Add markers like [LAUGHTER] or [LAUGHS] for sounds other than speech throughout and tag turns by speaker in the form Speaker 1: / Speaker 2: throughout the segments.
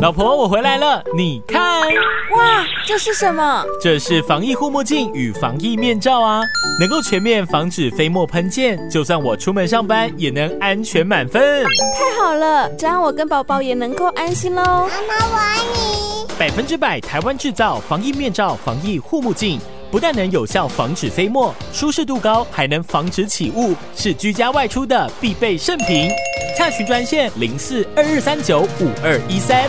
Speaker 1: 老婆，我回来了，你看，
Speaker 2: 哇，这是什么？
Speaker 1: 这是防疫护目镜与防疫面罩啊，能够全面防止飞沫喷溅，就算我出门上班也能安全满分，
Speaker 2: 太好了，这样我跟宝宝也能够安心喽。
Speaker 3: 妈妈我爱你。
Speaker 1: 百分之百台湾制造防疫面罩、防疫护目镜。不但能有效防止飞沫，舒适度高，还能防止起雾，是居家外出的必备圣品。洽询专线零四二二三九五二一三。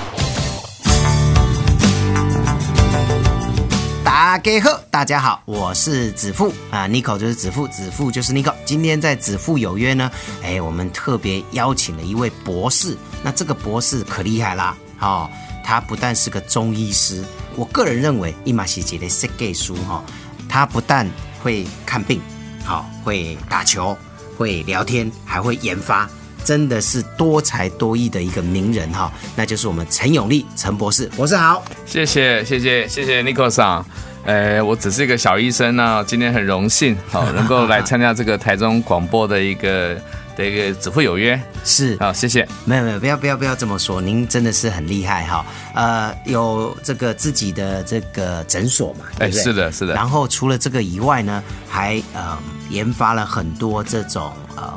Speaker 4: 大家好，大家好，我是子父啊，Nico 就是子父，子父就是 Nico。今天在子父有约呢，哎，我们特别邀请了一位博士，那这个博士可厉害啦，哦，他不但是个中医师，我个人认为伊玛西杰的设计书哈，他不但会看病，好、会打球，会聊天，还会研发。真的是多才多艺的一个名人哈，那就是我们陈永利陈博士，博士好。
Speaker 5: 谢谢谢谢谢谢 Nico 桑，呃，我只是一个小医生呢、啊今天很荣幸
Speaker 4: [LAUGHS]
Speaker 5: 好、能够来参加这个台中广播的一个的一个子父有约，
Speaker 4: 是
Speaker 5: 好、谢谢。
Speaker 4: 没有没有，不要不要不要这么说，您真的是很厉害哈、呃，有这个自己的这个诊所嘛，对
Speaker 5: 哎
Speaker 4: 不对？
Speaker 5: 是的是的
Speaker 4: 然后除了这个以外呢，还呃研发了很多这种呃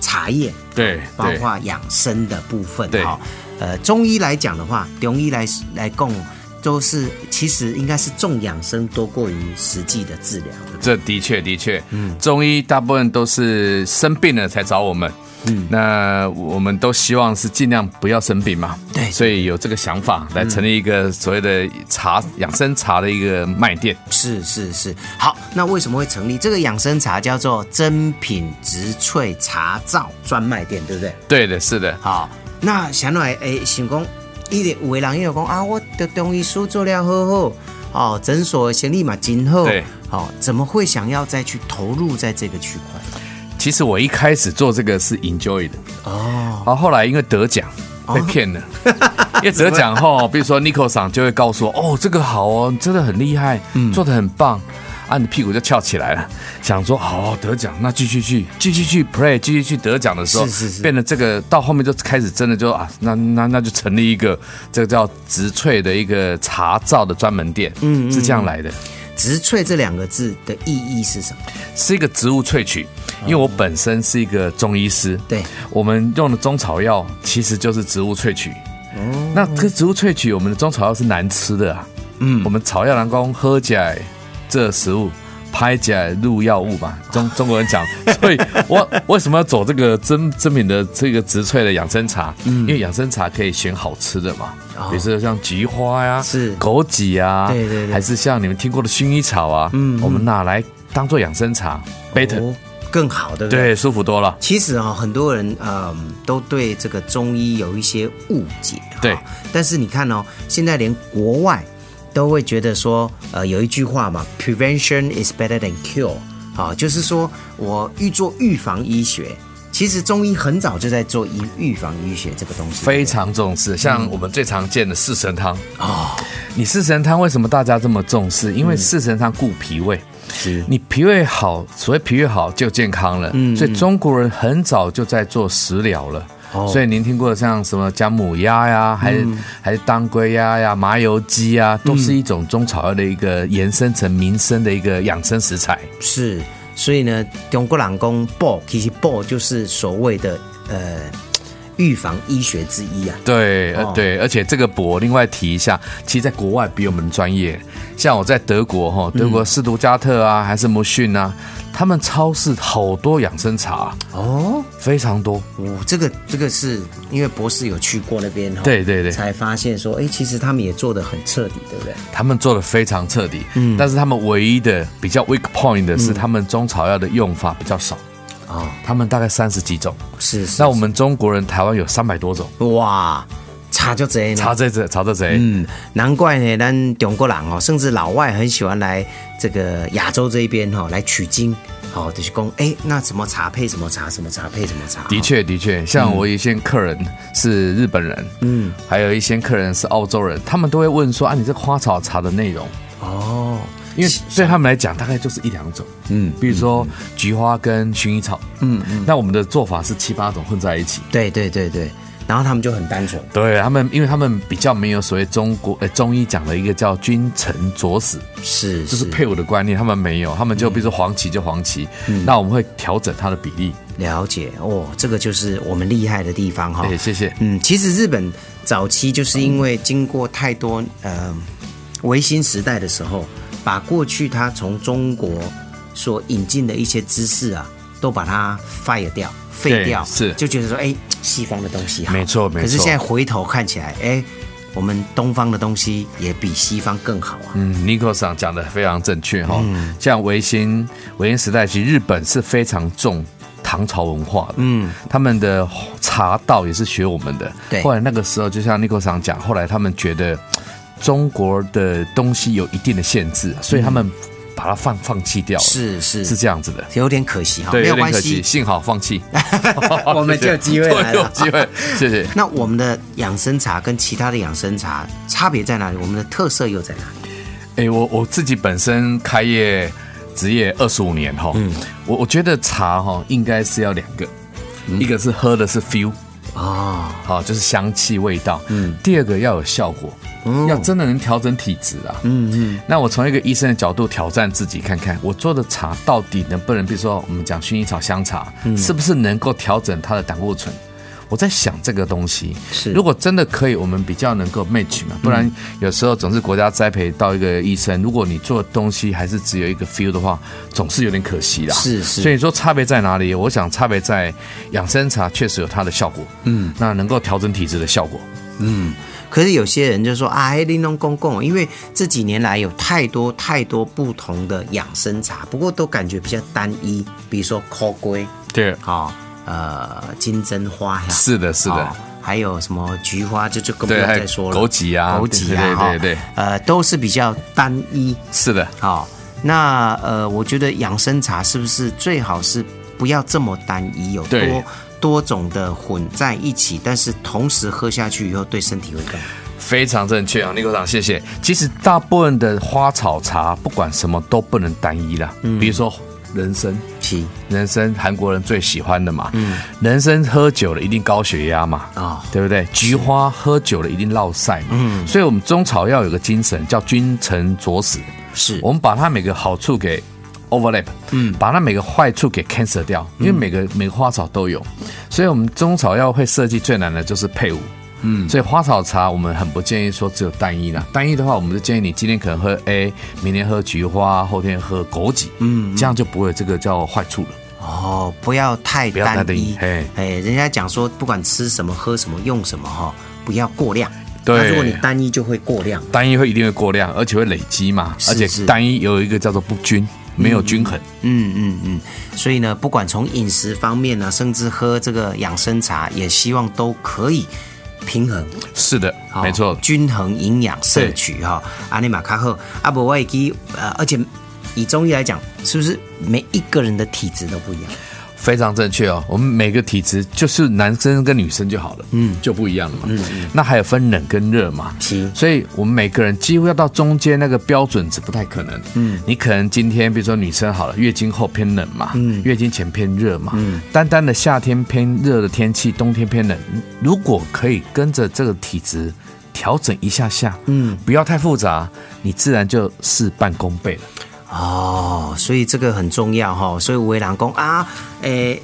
Speaker 4: 茶叶，
Speaker 5: 对
Speaker 4: 包
Speaker 5: 对
Speaker 4: 括养生的部分
Speaker 5: 对
Speaker 4: 哈、呃，中医来讲的话，中医来来供都是其实应该是重养生多过于实际的治疗。对不对
Speaker 5: 这的确的确，
Speaker 4: 嗯
Speaker 5: 中医大部分都是生病了才找我们。嗯，那我们都希望是尽量不要生病嘛。
Speaker 4: 对
Speaker 5: 所以有这个想法来成立一个所谓的茶养生茶的一个卖店。
Speaker 4: 是是是，好，那为什么会成立这个养生茶叫做珍品植萃茶皂专卖店，对不对？
Speaker 5: 对的，是的，
Speaker 4: 好，那想来诶、想讲，伊咧有的人伊就讲啊，我的中医书做了好好，哦，诊所的生意嘛真好，
Speaker 5: 对，
Speaker 4: 哦，怎么会想要再去投入在这个区块？
Speaker 5: 其实我一开始做这个是 enjoy 的，
Speaker 4: 哦，
Speaker 5: 然后后来因为得奖被骗了，因为得奖后，比如说 Nico 赏就会告诉我，哦，这个好哦，你真的很厉害，做的很棒。啊，你屁股就翘起来了，想说好、得奖，那继续去，继续去 play，继续去得奖的时候，
Speaker 4: 是是是
Speaker 5: 变得这个到后面就开始真的就啊，那那那就成立一个这个叫植萃的一个茶皂的专门店，嗯是这样来的。
Speaker 4: 植萃这两个字的意义是什么？
Speaker 5: 是一个植物萃取，因为我本身是一个中医师，
Speaker 4: 对
Speaker 5: 我们用的中草药其实就是植物萃取。那这个植物萃取，我们的中草药是难吃的啊。嗯，我们草药南宫喝起来这食物，拍起来入药物嘛，中中国人讲。 [LAUGHS] 所以我为什么要走这个真真品的这个植萃的养生茶？
Speaker 4: 嗯
Speaker 5: 因为养生茶可以选好吃的嘛，比如说像菊花呀、
Speaker 4: 哦是
Speaker 5: 枸杞呀，
Speaker 4: 对对对
Speaker 5: 还是像你们听过的薰衣草啊，嗯，我们拿来当做养生茶，better，、
Speaker 4: 哦，更好，对不对？
Speaker 5: 对，舒服多了。
Speaker 4: 其实啊、很多人嗯、都对这个中医有一些误解。哈
Speaker 5: 对，
Speaker 4: 但是你看哦，现在连国外都会觉得说，呃，有一句话嘛，“Prevention is better than cure”，啊、就是说我预做预防医学。其实中医很早就在做医预防医学这个东西，
Speaker 5: 非常重视，像我们最常见的四神汤，
Speaker 4: 哦，
Speaker 5: 你四神汤为什么大家这么重视？因为四神汤顾脾胃，
Speaker 4: 是
Speaker 5: 你脾胃好，所谓脾胃好就健康了。所以中国人很早就在做食疗了。所以您听过像什么姜母鸭呀，还是、还是当归鸭呀、麻油鸡呀，都是一种中草药的一个延伸成民生的一个养生食材。
Speaker 4: 是，所以呢，中国人讲“报”，其实“报”就是所谓的呃预防医学之一啊。
Speaker 5: 对，呃
Speaker 4: 哦
Speaker 5: 对，而且这个博另外提一下，其实在国外比我们专业，像我在德国哈，
Speaker 4: 嗯
Speaker 5: 德国斯图加特啊，还是摩逊啊，他们超市好多养生茶，啊
Speaker 4: 哦，
Speaker 5: 非常多。
Speaker 4: 哦，这个这个是因为博士有去过那边哈，
Speaker 5: 对对对
Speaker 4: 才发现说，哎，其实他们也做的很彻底，对不对？
Speaker 5: 他们做的非常彻底，嗯，但是他们唯一的比较 weak point 的是，
Speaker 4: 嗯
Speaker 5: 他们中草药的用法比较少，
Speaker 4: 哦，
Speaker 5: 他们大概三十几种，
Speaker 4: 是是。
Speaker 5: 那我们中国人台湾有三百多种，
Speaker 4: 是哇，差就这
Speaker 5: 查
Speaker 4: 呢，
Speaker 5: 这这查这谁？
Speaker 4: 嗯，难怪呢，咱中国人哦，甚至老外很喜欢来这个亚洲这一边哈、哦、来取经好、就是讲，哎、那什么茶配什么茶，什么茶配什么茶。
Speaker 5: 的确，的确，像我一些客人是日本人，嗯，还有一些客人是澳洲人，他们都会问说啊，你这花草茶的内容，
Speaker 4: 哦，
Speaker 5: 因为对他们来讲大概就是一两种，嗯，比如说菊花跟薰衣草，嗯嗯，那我们的做法是七八种混在一起。
Speaker 4: 对对对对，然后他们就很单纯。
Speaker 5: 对他们，因为他们比较没有所谓中国呃中医讲的一个叫君臣佐使，
Speaker 4: 是，
Speaker 5: 就是嗯配伍的观念，他们没有，他们就比如说黄芪就黄芪，那我们会调整它的比例。
Speaker 4: 了解哦，这个就是我们厉害的地方哈、
Speaker 5: 对，哎谢谢。
Speaker 4: 嗯，其实日本早期就是因为经过太多呃维新时代的时候，把过去他从中国所引进的一些知识啊，都把它 fire 掉、废
Speaker 5: 对
Speaker 4: 掉，
Speaker 5: 是
Speaker 4: 就觉得说，哎，西方的东西好，
Speaker 5: 没错没错
Speaker 4: 可是现在回头看起来，哎，我们东方的东西也比西方更好啊。
Speaker 5: 嗯，Nico 上讲的非常正确哈、像维新维新时代，其实日本是非常重唐朝文化的，嗯，他们的茶道也是学我们的。
Speaker 4: 对
Speaker 5: 后来那个时候，就像 Nico 上讲，后来他们觉得嘖中国的东西有一定的限制，所以他们把它放放弃掉了，
Speaker 4: 嗯是是
Speaker 5: 是这样子的。
Speaker 4: 有点可惜哈，
Speaker 5: 对，
Speaker 4: 没
Speaker 5: 有
Speaker 4: 有
Speaker 5: 点
Speaker 4: 关
Speaker 5: 可
Speaker 4: 系
Speaker 5: 惜，，幸好放弃
Speaker 4: [LAUGHS] ，我们就有机
Speaker 5: [LAUGHS]
Speaker 4: 会来了
Speaker 5: 对有机会，谢谢。
Speaker 4: 那我们的养生茶跟其他的养生茶差别在哪里？我们的特色又在哪里？
Speaker 5: 哎、我我自己本身开业职业二十五年哈，我我觉得茶哈应该是要两个，一个是喝的是 feel，
Speaker 4: 哦，
Speaker 5: 好、就是香气味道，啊嗯，第二个要有效果，要真的能调整体质啊，嗯嗯。那我从一个医生的角度挑战自己，看看我做的茶到底能不能，比如说我们讲薰衣草香茶，是不是能够调整它的胆固醇？我在想这个东西，
Speaker 4: 是
Speaker 5: 如果真的可以，我们比较能够 match 嘛，不然有时候总是国家栽培到一个医生，如果你做的东西还是只有一个 feel 的话，总是有点可惜啦。
Speaker 4: 是是
Speaker 5: 所以说差别在哪里？我想差别在养生茶确实有它的效果，嗯，那能够调整体质的效果，
Speaker 4: 可是有些人就说啊，黑玲珑公公，因为这几年来有太多太多不同的养生茶，不过都感觉比较单一，比如说抠龟，
Speaker 5: 对，
Speaker 4: 好、呃，金针花呀，
Speaker 5: 是的，是的
Speaker 4: 哦。还有什么菊花，就就更不
Speaker 5: 对
Speaker 4: 要
Speaker 5: 还有
Speaker 4: 再说了。
Speaker 5: 枸杞啊
Speaker 4: 枸杞啊，
Speaker 5: 对对对
Speaker 4: 哈
Speaker 5: 对
Speaker 4: 呃，都是比较单一。
Speaker 5: 是的，
Speaker 4: 好、那呃，我觉得养生茶是不是最好是不要这么单一，有
Speaker 5: 对
Speaker 4: 多多种的混在一起，但是同时喝下去以后对身体会更好。
Speaker 5: 非常正确啊，尼科长，谢谢。其实大部分的花草茶，不管什么都不能单一啦，比如说人参，
Speaker 4: 七
Speaker 5: 人参韩国人最喜欢的嘛，人参喝酒了一定高血压嘛，
Speaker 4: 哦
Speaker 5: 对不对？菊花喝酒了一定落晒嘛，所以我们中草药有个精神叫君臣佐使，
Speaker 4: 是
Speaker 5: 我们把它每个好处给 overlap，嗯，把它每个坏处给 cancel 掉，因为每个、每个花草都有，所以我们中草药会设计最难的就是配伍。嗯，所以花草茶我们很不建议说只有单一啦，单一的话，我们就建议你今天可能喝 A，明天喝菊花，后天喝枸杞，嗯，这样就不会有这个叫坏处了。
Speaker 4: 哦，不要太
Speaker 5: 不要太
Speaker 4: 单
Speaker 5: 单
Speaker 4: 一
Speaker 5: 一。嘿
Speaker 4: 哎，人家讲说，不管吃什么、喝什么、用什么哈，不要过量。
Speaker 5: 对
Speaker 4: 那如果你单一就会过量。
Speaker 5: 单一会一定会过量，而且会累积嘛，
Speaker 4: 是
Speaker 5: 而且
Speaker 4: 是
Speaker 5: 单一有一个叫做不均，没有均衡。
Speaker 4: 嗯嗯嗯。所以呢，不管从饮食方面呢、甚至喝这个养生茶，也希望都可以平衡。
Speaker 5: 是的
Speaker 4: 哦，
Speaker 5: 没错，
Speaker 4: 均衡营养摄取哈，啊阿尼玛卡赫阿伯外基呃，而且以中医来讲，是不是每一个人的体质都不一样？
Speaker 5: 非常正确哦。我们每个体质就是男生跟女生就好了，嗯，就不一样了嘛。那还有分冷跟热嘛，
Speaker 4: 是
Speaker 5: 所以我们每个人几乎要到中间那个标准值不太可能。嗯，你可能今天比如说女生好了，月经后偏冷嘛，嗯，月经前偏热嘛，嗯，单单的夏天偏热的天气，冬天偏冷，如果可以跟着这个体质调整一下下，嗯，不要太复杂，你自然就事半功倍了。
Speaker 4: 哦，所以这个很重要哈、所以维兰公啊，诶、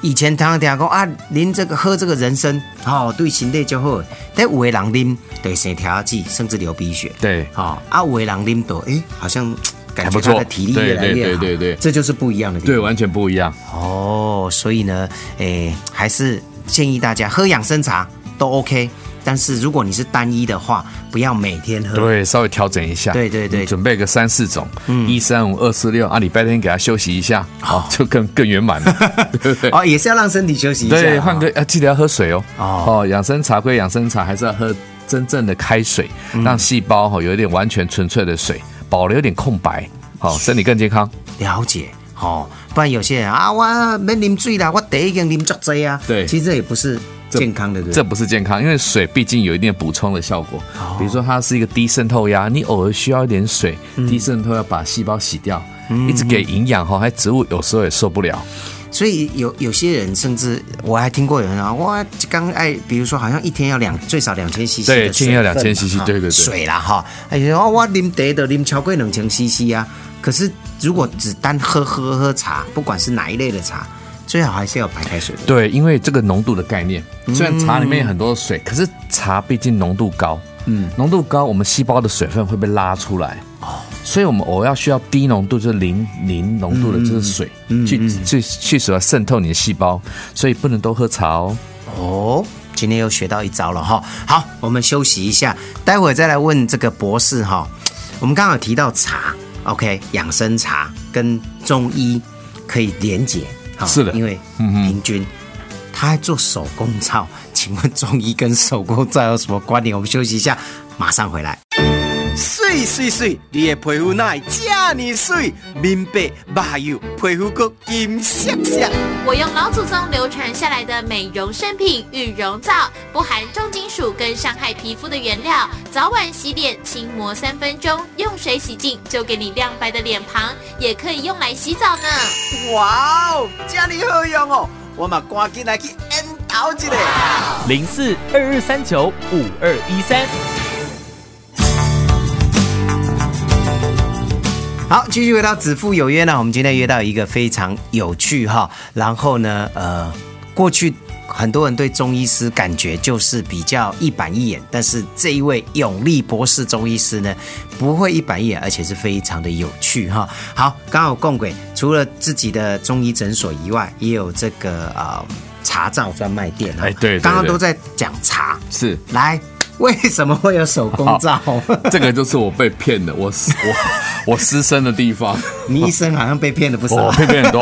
Speaker 4: 以前常常听讲啊，您这个喝这个人参，哦，对身体就好。但有的人啉对生调剂，甚至流鼻血。
Speaker 5: 对
Speaker 4: 哦，啊，有的人啉到，诶、好像感觉
Speaker 5: 不
Speaker 4: 他
Speaker 5: 错
Speaker 4: 的体力越来越好。
Speaker 5: 对对对对对
Speaker 4: 这就是不一样的地方。
Speaker 5: 对，完全不一样。
Speaker 4: 哦，所以呢，诶，还是建议大家喝养生茶都 OK，但是如果你是单一的话，不要每天喝。，
Speaker 5: 对，稍微调整一下。
Speaker 4: 对对对嗯
Speaker 5: 你准备个三四种，一三五二四六啊，礼拜天给他休息一下，好，就更更圆
Speaker 4: [LAUGHS]
Speaker 5: 满了。对不对？
Speaker 4: 哦，也是要让身体休息一下。
Speaker 5: 对，换个
Speaker 4: 哦
Speaker 5: 啊，记得要喝水哦。
Speaker 4: 哦
Speaker 5: 哦，养生茶归养生茶，还是要喝真正的开水，
Speaker 4: 嗯
Speaker 5: 让细胞哦哦有一点完全纯粹的水，保留一点空白，好，身体更健康。
Speaker 4: 了解。哦，不然有些人啊，我没啉水啦，我第一经啉足醉啊。
Speaker 5: 对
Speaker 4: 其实这也不是
Speaker 5: 这
Speaker 4: 健康的，对不
Speaker 5: 这
Speaker 4: 对？
Speaker 5: 不是健康，因为水毕竟有一定的补充的效果。
Speaker 4: 哦
Speaker 5: 比如说它是一个低渗透压，你偶尔需要一点水，
Speaker 4: 嗯
Speaker 5: 低渗透要把细胞洗掉，一直给营养哦哈，还植物有时候也受不了。
Speaker 4: 所以有有些人甚至我还听过有人啊，我刚爱，比如说好像一天要两最少两千 CC 的
Speaker 5: 对一天要
Speaker 4: 水分嘛
Speaker 5: 2000cc
Speaker 4: 哈
Speaker 5: 对对对
Speaker 4: 水啦哈。哎呀，哦我啉茶的啉超过两千 CC 啊。可是如果只单喝喝喝茶，不管是哪一类的茶，最好还是要白开水。
Speaker 5: 对，因为这个浓度的概念，虽然茶里面有很多水，可是茶毕竟浓度高，嗯，浓度高，我们细胞的水分会被拉出来，哦，所以我们偶尔要需要低浓度，就是零零浓度的，就是水，去去去所要渗透你的细胞，所以不能多喝茶哦。
Speaker 4: 哦，今天又学到一招了哈。好，我们休息一下，待会儿再来问这个博士哈。我们刚好提到茶，OK，养生茶跟中医可以连结，好
Speaker 5: 是的
Speaker 4: 因为平均，他还做手工皂，请问中医跟手工皂有什么关联？我们休息一下，马上回来。
Speaker 6: 水水水，你的皮肤哪会这么水？面白目油，皮肤阁金闪闪。
Speaker 7: 我用老祖宗流传下来的美容圣品羽绒皂，不含重金属跟伤害皮肤的原料，早晚洗脸轻磨三分钟，用水洗净就给你亮白的脸庞，也可以用来洗澡呢。
Speaker 6: 哇哦，这么好用哦！我嘛赶紧来去研究一下。
Speaker 1: 零四二二三九五二一三。
Speaker 4: 好，继续回到子父有约呢。我们今天约到一个非常有趣哈，然后呢，呃，过去很多人对中医师感觉就是比较一板一眼，但是这一位永利博士中医师呢，不会一板一眼，而且是非常的有趣哈。好，刚好共轨，除了自己的中医诊所以外，也有这个呃茶皂专卖店哈。
Speaker 5: 哎对对对
Speaker 4: 刚刚都在讲茶，
Speaker 5: 是，
Speaker 4: 来，为什么会有手工皂？
Speaker 5: [LAUGHS] 这个就是我被骗的，我失我我失身的地方。
Speaker 4: 你一生好像被骗了不少
Speaker 5: 哦，。被骗很多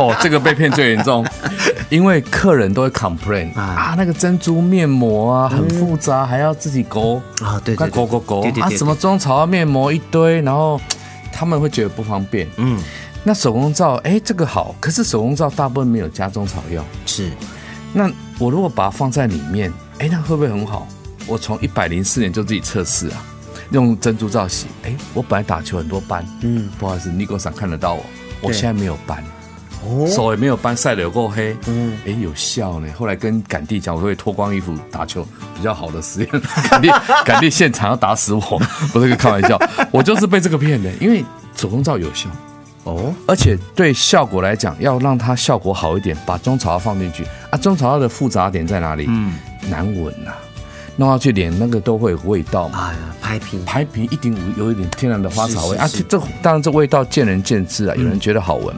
Speaker 5: 哦，这个被骗最严重，因为客人都会 complain 啊，那个珍珠面膜啊很复杂，还要自己勾
Speaker 4: 啊对对
Speaker 5: 快
Speaker 4: 对
Speaker 5: 勾勾勾
Speaker 4: 对对对
Speaker 5: 啊，
Speaker 4: 对
Speaker 5: 什么中草药面膜一堆，然后他们会觉得不方便。
Speaker 4: 嗯，
Speaker 5: 那手工皂，哎，这个好，可是手工皂大部分没有加中草药，
Speaker 4: 是。
Speaker 5: 那我如果把它放在里面，哎，那会不会很好？我从一百零四年就自己测试啊，用珍珠皂洗。哎，我本来打球很多斑，嗯，不好意思，尼哥上看得到我，我
Speaker 4: 对
Speaker 5: 现在没有斑。手也没有斑，晒得有够黑，哦嗯，哎，有效呢。后来跟赶地讲，我会脱光衣服打球，比较好的实验。 [LAUGHS] 赶地赶地现场要打死我，不是个开玩笑，我就是被这个骗的，因为手工皂有效，
Speaker 4: 哦，
Speaker 5: 而且对效果来讲，要让它效果好一点，把中草药放进去啊。中草药的复杂点在哪里？嗯，难闻呐、弄下去脸那个都会有味道嘛。
Speaker 4: 哎呀，拍皮
Speaker 5: 排皮一点五有一点天然的花草味
Speaker 4: 是是
Speaker 5: 啊，
Speaker 4: 是嗯
Speaker 5: 这这当然这味道见仁见智啊，有人觉得好闻。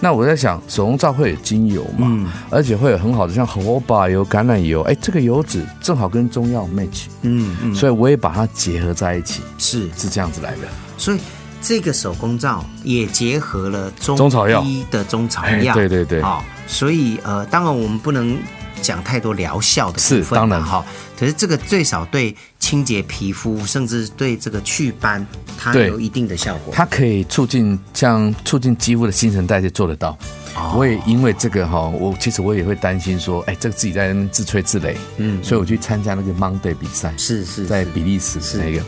Speaker 5: 那我在想，手工皂会有精油嘛，
Speaker 4: 嗯
Speaker 5: 而且会有很好的像荷巴油、橄榄油，哎，这个油脂正好跟中药 match，嗯嗯，所以我也把它结合在一起，
Speaker 4: 是，
Speaker 5: 是这样子来的。
Speaker 4: 所以这个手工皂也结合了中
Speaker 5: 中草药
Speaker 4: 医的中草
Speaker 5: 哎
Speaker 4: 药，
Speaker 5: 对对对
Speaker 4: 好、所以呃，当然我们不能讲太多疗效的
Speaker 5: 是
Speaker 4: 部分啦
Speaker 5: 当然
Speaker 4: 哈、可是这个最少对清洁皮肤，甚至对这个祛斑，它
Speaker 5: 对
Speaker 4: 有一定的效果。
Speaker 5: 它可以促进像促进肌肤的新陈代谢做得到。我也因为这个哈，我其实我也会担心说，哎，这个自己在那边自吹自擂，嗯，所以我去参加那个 Monday 比赛，
Speaker 4: 是是
Speaker 5: 在
Speaker 4: 是
Speaker 5: 比利时的那个，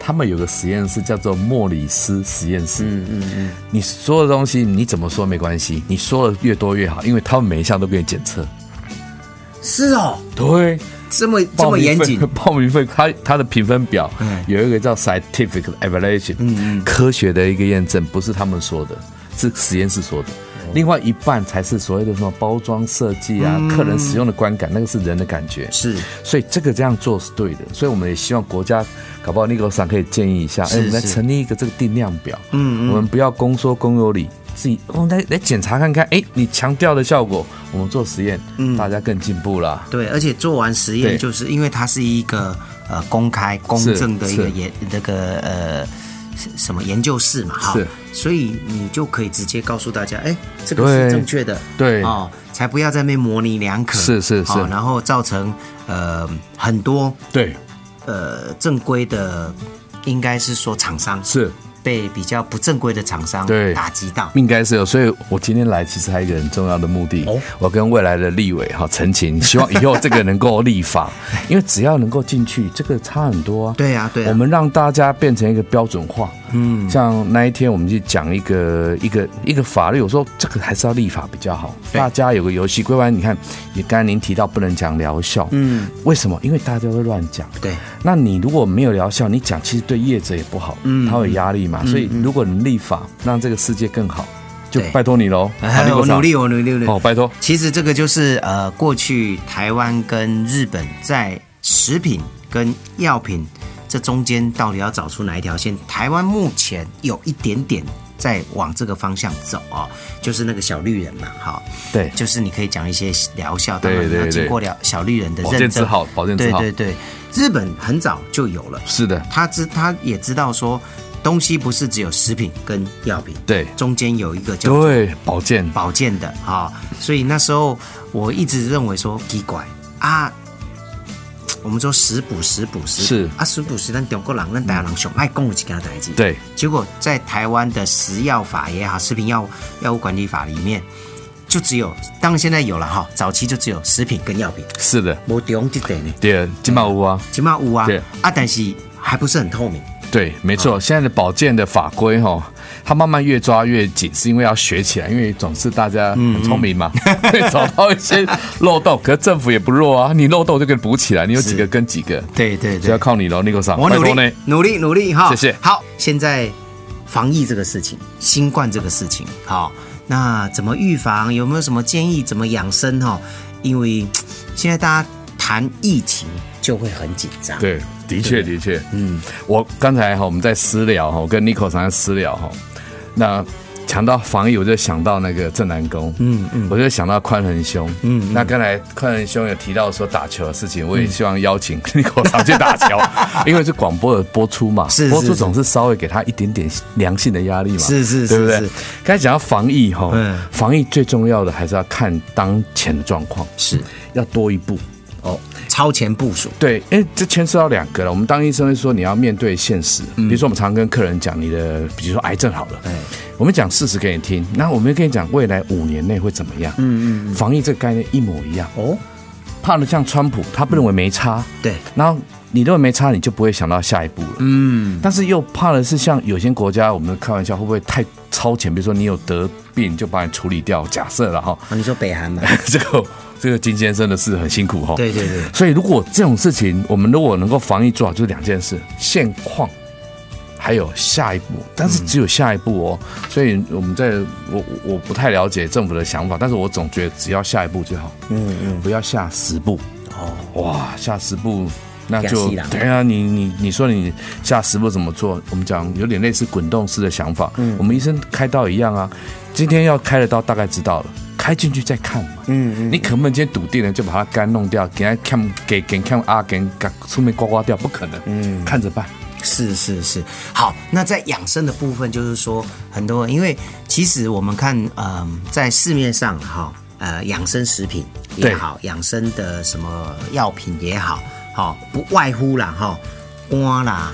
Speaker 5: 他们有个实验室叫做莫里斯实验室，嗯嗯嗯，你所有的东西你怎么说没关系，你说的越多越好，因为他们每一项都给你检测，
Speaker 4: 是哦，
Speaker 5: 对，
Speaker 4: 这么这
Speaker 5: 报
Speaker 4: 么
Speaker 5: 名
Speaker 4: 严
Speaker 5: 费 [LAUGHS]
Speaker 4: 谨
Speaker 5: 报名费，它它的评分表
Speaker 4: 嗯
Speaker 5: 有一个叫 scientific evaluation，科学的一个验证，不是他们说的，是实验室说的。
Speaker 4: 哦
Speaker 5: 另外一半才是所谓的什么包装设计啊，客人使用的观感，那个是人的感觉。
Speaker 4: 嗯是。
Speaker 5: 所以这个这样做是对的，所以我们也希望国家搞不好那个厂可以建议一下，哎，
Speaker 4: 是
Speaker 5: 我们来
Speaker 4: 是
Speaker 5: 成立一个这个定量表，嗯，我们不要公说公有理，自己我们来来检查看看，哎，你强调的效果，我们做实验，
Speaker 4: 嗯
Speaker 5: 大家更进步啦。
Speaker 4: 对，而且做完实
Speaker 5: 对
Speaker 4: 验，就是因为它是一个呃公开公正的一个
Speaker 5: 是
Speaker 4: 研那个呃是什么研究室嘛，哈
Speaker 5: 是，
Speaker 4: 所以你就可以直接告诉大家，哎，这个是
Speaker 5: 对
Speaker 4: 正确的，
Speaker 5: 对
Speaker 4: 哦，才不要在那边模棱两可，
Speaker 5: 是是是
Speaker 4: 哦然后造成呃很多
Speaker 5: 对，
Speaker 4: 呃正规的，应该是说厂商
Speaker 5: 是
Speaker 4: 被比较不正规的厂商
Speaker 5: 对
Speaker 4: 打击到。
Speaker 5: 应该是有，所以我今天来其实还有一个很重要的目
Speaker 4: 哦
Speaker 5: 的，我跟未来的立委哈陈情，希望以后这个能够立
Speaker 4: [LAUGHS]
Speaker 5: 法，因为只要能够进去，这个差很多啊。
Speaker 4: 对啊对啊
Speaker 5: 我们让大家变成一个标准化。嗯，像那一天我们去讲一个一个一个法律，我说这个还是要立法比较好，
Speaker 4: 对
Speaker 5: 大家有个游戏规范。你看，也刚才您提到不能讲疗效，嗯，为什么？因为大家会乱讲。
Speaker 4: 对，
Speaker 5: 那你如果没有疗效，你讲其实对业者也不好，嗯，他会有压力嘛。所以如果你立法让这个世界更好，就
Speaker 4: 嗯对
Speaker 5: 拜托你喽。好
Speaker 4: 哎我努力，我努力，我努力。
Speaker 5: 哦，拜托。
Speaker 4: 其实这个就是呃，过去台湾跟日本在食品跟药品这中间到底要找出哪一条线？台湾目前有一点点在往这个方向走哦，就是那个小绿人嘛，哈，
Speaker 5: 对
Speaker 4: 就是你可以讲一些疗效，当
Speaker 5: 对
Speaker 4: 然你要
Speaker 5: 对
Speaker 4: 经
Speaker 5: 对
Speaker 4: 过了小绿人的
Speaker 5: 保
Speaker 4: 认
Speaker 5: 健
Speaker 4: 证，
Speaker 5: 之好保健之
Speaker 4: 对
Speaker 5: 好
Speaker 4: 对对，日本很早就有了，
Speaker 5: 是的，
Speaker 4: 他知他也知道说东西不是只有食品跟药品，
Speaker 5: 对
Speaker 4: 中间有一个叫做
Speaker 5: 对，保健
Speaker 4: 保健的啊、所以那时候我一直认为说奇怪啊，我们说食补食补食补
Speaker 5: 是
Speaker 4: 啊食补是咱中国人咱台湾人上爱讲的一件代志，，
Speaker 5: 对
Speaker 4: 结果在台湾的食药法也好，食品药药物管理法里面。就只有，当然现在有了哈，早期就只有食品跟药品，
Speaker 5: 是的，
Speaker 4: 我中这点呢，
Speaker 5: 对，金马屋啊，
Speaker 4: 起码有啊
Speaker 5: 对，
Speaker 4: 啊，但是还不是很透明，
Speaker 5: 对，没错。现在的保健的法规哈、哦，它慢慢越抓越紧，是因为要学起来，因为总是大家
Speaker 4: 嗯
Speaker 5: 很聪明嘛， [LAUGHS] 会找到一些漏洞。可是政府也不弱啊，你漏洞就给你补起来，你有几个跟几个，
Speaker 4: 对对
Speaker 5: 就要靠你喽，那个啥，
Speaker 4: 我
Speaker 5: 拜
Speaker 4: 努
Speaker 5: 托
Speaker 4: 力
Speaker 5: 呢。
Speaker 4: 努力努力哈，
Speaker 5: 谢谢
Speaker 4: 好，现在防疫这个事情，新冠这个事情，好，那怎么预防？有没有什么建议？怎么养生？哈，因为现在大家谈疫情就会很紧张，，
Speaker 5: 对，的确的确，嗯，我刚才哈我们在私聊哈，我跟 Nico 常在私聊哈，那。讲到防疫，我就想到那个郑南宫，嗯嗯，我就想到宽恒兄，嗯，那刚才宽恒兄有提到说打球的事情，我也希望邀请 [LAUGHS] Nico 常去打
Speaker 4: [LAUGHS]
Speaker 5: 球，因为是广播的播出嘛，
Speaker 4: 是是
Speaker 5: 播出
Speaker 4: 是
Speaker 5: 总是稍微给他一点点良性的压力嘛，
Speaker 4: 是是是
Speaker 5: 对不对
Speaker 4: 是？
Speaker 5: 刚才讲到防疫哈
Speaker 4: 嗯，
Speaker 5: 防疫最重要的还是要看当前的状况，
Speaker 4: 是
Speaker 5: 要多一步哦，
Speaker 4: 超前部署，
Speaker 5: 对，因为这牵涉到两个了。我们当医生会说你要面对现实，比如说我们常跟客人讲你的，比如说癌症好了，
Speaker 4: 哎，
Speaker 5: 我们讲事实给你听，那我们跟你讲未来五年内会怎么样。嗯嗯，防疫这个概念一模一样，
Speaker 4: 哦，
Speaker 5: 怕的像川普，他不认为没差，
Speaker 4: 对，
Speaker 5: 然后你认为没差，你就不会想到下一步了。嗯，但是又怕的是像有些国家，我们开玩笑会不会太超前？比如说你有得病就把你处理掉，假设了哈， [LAUGHS]
Speaker 4: 哦你说北韩嘛，
Speaker 5: 这个这个金先生的事很辛苦哈。
Speaker 4: 对对对，
Speaker 5: 所以，如果这种事情，我们如果能够防疫做好，就是两件事：现况，还有下一步。但是只有下一步哦。所以我们在我我我不太了解政府的想法，但是我总觉得只要下一步就好。嗯嗯，不要下十步。哦，哇，下十步。那就
Speaker 4: 吓死人
Speaker 5: 对啊，你你你说你下十步怎么做？我们讲有点类似滚动式的想法。嗯，我们医生开刀一样啊，今天要开的刀大概知道了，开进去再看嘛。嗯嗯，你可不能今天笃定了就把它肝弄掉，给它看给给看啊给给顺便刮刮掉，不可能。嗯，看着办。
Speaker 4: 是是是，好，那在养生的部分，就是说很多，因为其实我们看，嗯、在市面上哈，呃，养生食品也
Speaker 5: 对
Speaker 4: 好，养生的什么药品也好，好、不外乎啦哈，肝啦、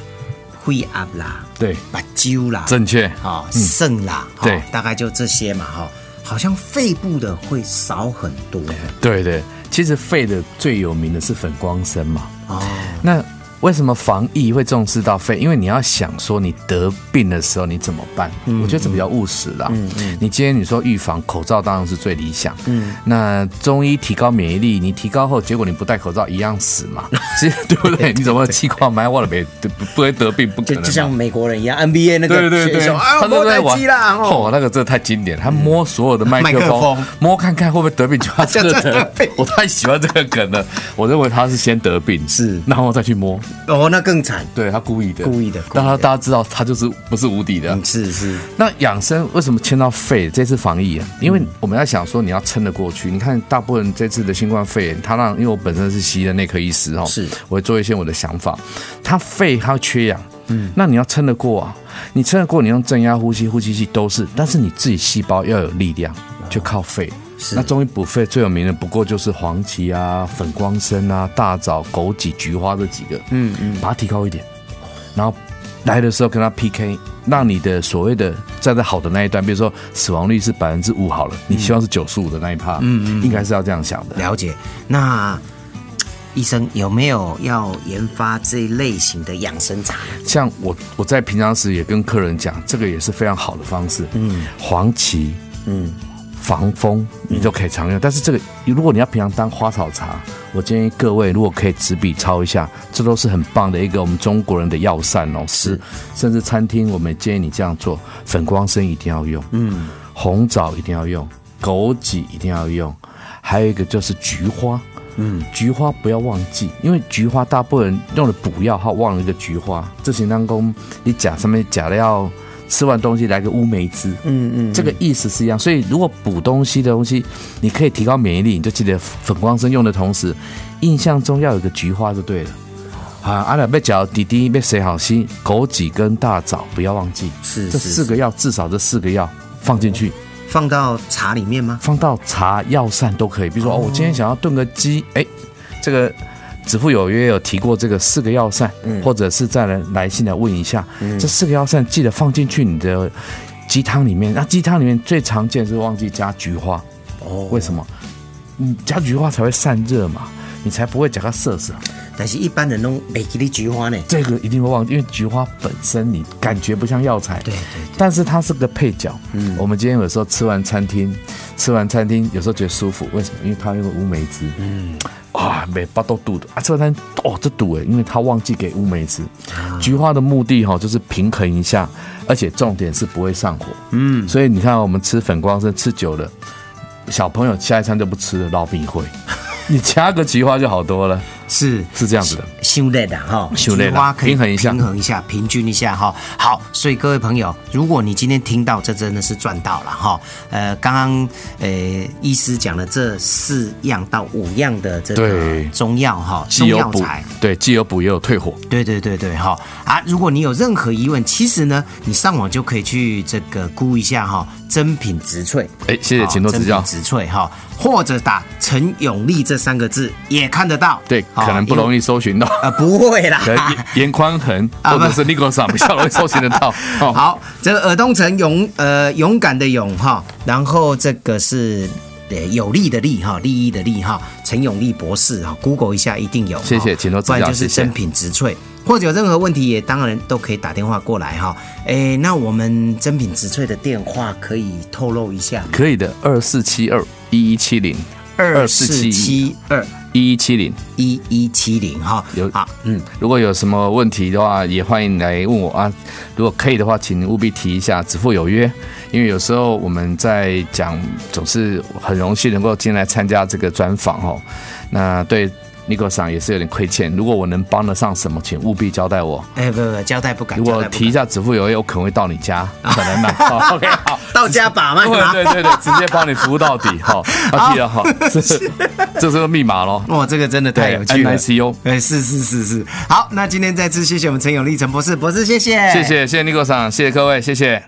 Speaker 4: 肺压啦、
Speaker 5: 对，
Speaker 4: 把灸啦、
Speaker 5: 正确。
Speaker 4: 啊、肾啦，哈
Speaker 5: 对
Speaker 4: 大概就这些嘛哈、好像肺部的会少很多
Speaker 5: 对对，其实肺的最有名的是粉光参嘛。
Speaker 4: 哦，
Speaker 5: 那为什么防疫会重视到肺？因为你要想说你得病的时候你怎么办？我觉得这比较务实啦。嗯嗯，你今天你说预防口罩当然是最理想。嗯，那中医提高免疫力，你提高后结果你不戴口罩一样死嘛？ [LAUGHS] 其实对不对？你怎么气矿埋我了没？不不会得病，不可
Speaker 4: 就
Speaker 5: 能嘛。
Speaker 4: 就像美国人一样，NBA 那个
Speaker 5: 对对
Speaker 4: 选
Speaker 5: 对
Speaker 4: 手，啊，
Speaker 5: 他
Speaker 4: 我
Speaker 5: 都在
Speaker 4: 打
Speaker 5: 玩
Speaker 4: 机啦，哦，
Speaker 5: 哦，那个真的太经典，他摸所有的麦克
Speaker 4: 麦克
Speaker 5: 风
Speaker 4: 风，
Speaker 5: 摸看看会不会得病，就他真 [LAUGHS] 的
Speaker 4: 就
Speaker 5: 得
Speaker 4: 得
Speaker 5: 病
Speaker 4: 病。
Speaker 5: 我太喜欢这个梗了，我认为他是先得病，
Speaker 4: 是
Speaker 5: 然后再去摸，
Speaker 4: 哦，那更惨，
Speaker 5: 对他故意的，
Speaker 4: 故意的故意的
Speaker 5: 让他大家知道他就是不是无敌的。
Speaker 4: 嗯，是是。
Speaker 5: 那养生为什么牵到肺？这次防疫、啊，因为我们要想说你要撑得过去。你看，大部分这次的新冠肺炎，它让因为我本身是西医的内科医师哦，
Speaker 4: 是
Speaker 5: 我会做一些我的想法。它肺它缺氧，嗯，那你要撑得过啊，你撑得过，你用正压呼吸、呼吸器都是，但是你自己细胞要有力量，就靠肺。
Speaker 4: 啊是
Speaker 5: 那中医补肺最有名的不过就是黄芪啊、粉光参啊、大枣、枸杞、菊花这几个，嗯嗯，把它提高一点，然后来的时候跟他 PK，让你的所谓的站在好的那一端，比如说死亡率是百分之五好了，你希望是九十五的那一趴，嗯，应该是要这样想的。
Speaker 4: 了解。那医生有没有要研发这一类型的养生茶？
Speaker 5: 像我我在平常时也跟客人讲，这个也是非常好的方式。嗯，黄芪，嗯，防风你都可以常用，但是这个如果你要平常当花草茶，我建议各位如果可以纸笔抄一下，这都是很棒的一个我们中国人的药膳哦。是，甚至餐厅我们也建议你这样做，粉光参一定要用，嗯，红枣一定要用，枸杞一定要用，还有一个就是菊花。嗯，菊花不要忘记，因为菊花大部分人用了补药，他忘了一个菊花。这行当中，你假上面假的要吃完东西来个乌梅汁，嗯嗯，这个意思是一样。所以如果补东西的东西，你可以提高免疫力，你就记得粉光参用的同时，印象中要有个菊花就对了。啊，阿奶被嚼滴滴被谁好心，枸杞跟大枣不要忘记，
Speaker 4: 是
Speaker 5: 这
Speaker 4: 是
Speaker 5: 四个药至少这四个药放进去。
Speaker 4: 放到茶里面吗？
Speaker 5: 放到茶药膳都可以。比如说，哦，我今天想要炖个鸡，哎，这个子父有约有提过这个四个药膳，或者是再来来信来问一下，这四个药膳记得放进去你的鸡汤里面。那鸡汤里面最常见是忘记加菊花，
Speaker 4: 哦
Speaker 5: 为什么？你加菊花才会散热嘛，你才不会加个涩涩。
Speaker 4: 但是一般人都没给你菊花呢。
Speaker 5: 这个一定会忘记，因为菊花本身你感觉不像药材，
Speaker 4: 对对
Speaker 5: 但是它是个配角。嗯，我们今天有时候吃完餐厅，吃完餐厅有时候觉得舒服，为什么？因为它用个乌梅汁。嗯，啊，每巴都堵的啊，吃完餐哦，这堵哎，因为它忘记给乌梅汁。菊花的目的哈、就是平衡一下，而且重点是不会上火。嗯，所以你看我们吃粉光参吃久了，小朋友下一餐就不吃了，老米 [LAUGHS] 会，你加个菊花就好多了，
Speaker 4: 是
Speaker 5: 是这样子的。
Speaker 4: 修累的哈，
Speaker 5: 太累了
Speaker 4: 菊花可以
Speaker 5: 平衡一下
Speaker 4: 平衡一下，平均一下哈。好，所以各位朋友，如果你今天听到，这真的是赚到了哈。呃，刚刚呃，医师讲了这四样到五样的这个
Speaker 5: 对
Speaker 4: 中药哈，
Speaker 5: 既
Speaker 4: 中
Speaker 5: 有
Speaker 4: 药
Speaker 5: 补
Speaker 4: 材。，
Speaker 5: 对，既有补也有退火。
Speaker 4: 对对对对，哈啊！如果你有任何疑问，其实呢，你上网就可以去这个估一下哈，真品植萃。
Speaker 5: 哎，谢谢，
Speaker 4: 好
Speaker 5: 请多指教
Speaker 4: 真。品植萃哈，或者打陈永利这三个字也看得到。
Speaker 5: 对，可能不容
Speaker 4: 易。
Speaker 5: 易搜寻到，
Speaker 4: 呃，不会啦
Speaker 5: [LAUGHS] 可。能
Speaker 4: [LAUGHS]
Speaker 5: 严严宽恒
Speaker 4: 啊
Speaker 5: 或
Speaker 4: 不
Speaker 5: 者是 Nico 上比较容易搜寻得
Speaker 4: [LAUGHS]
Speaker 5: 到。哦，
Speaker 4: 好，这个尔东城勇呃勇敢的勇哈，然后这个是。呃，有利的利哈，利益的利哈，陈永利博士哈，Google 一下一定有哈。
Speaker 5: 谢谢请多指
Speaker 4: 不
Speaker 5: 教
Speaker 4: 然就是
Speaker 5: 谢谢
Speaker 4: 真品植萃，或者有任何问题也当然都可以打电话过来哈。哎，那我们真品植萃的电话可以透露一下吗？
Speaker 5: 可以的，二四七二一一七零
Speaker 4: 七二
Speaker 5: 一一七零。
Speaker 4: 一一七零哈。
Speaker 5: 有
Speaker 4: 好，
Speaker 5: 嗯，如果有什么问题的话，也欢迎来问我啊。如果可以的话，请务必提一下“子父有约”，因为有时候我们在讲，总是很荣幸能够进来参加这个专访哦。那对 Nico 上也是有点亏欠，如果我能帮得上什么，请务必交代我。
Speaker 4: 哎，不不，交代不敢。
Speaker 5: 如
Speaker 4: 交
Speaker 5: 果
Speaker 4: 代不敢
Speaker 5: 提一下“子父有约”，我可能会到你家，可能
Speaker 4: [LAUGHS]
Speaker 5: 吧。好哦 OK，好。
Speaker 4: 到家把脉吗？
Speaker 5: 对对对对，直接帮你服务到底哈，啊记得哈，这是这是个密码喽。
Speaker 4: 哦哇，这个真的太有趣了。
Speaker 5: NICU
Speaker 4: 哎，是是是是。好，那今天再次谢谢我们陈永利陈博士，博士谢谢，
Speaker 5: 谢谢谢谢 Nico 上，谢谢各位，谢谢。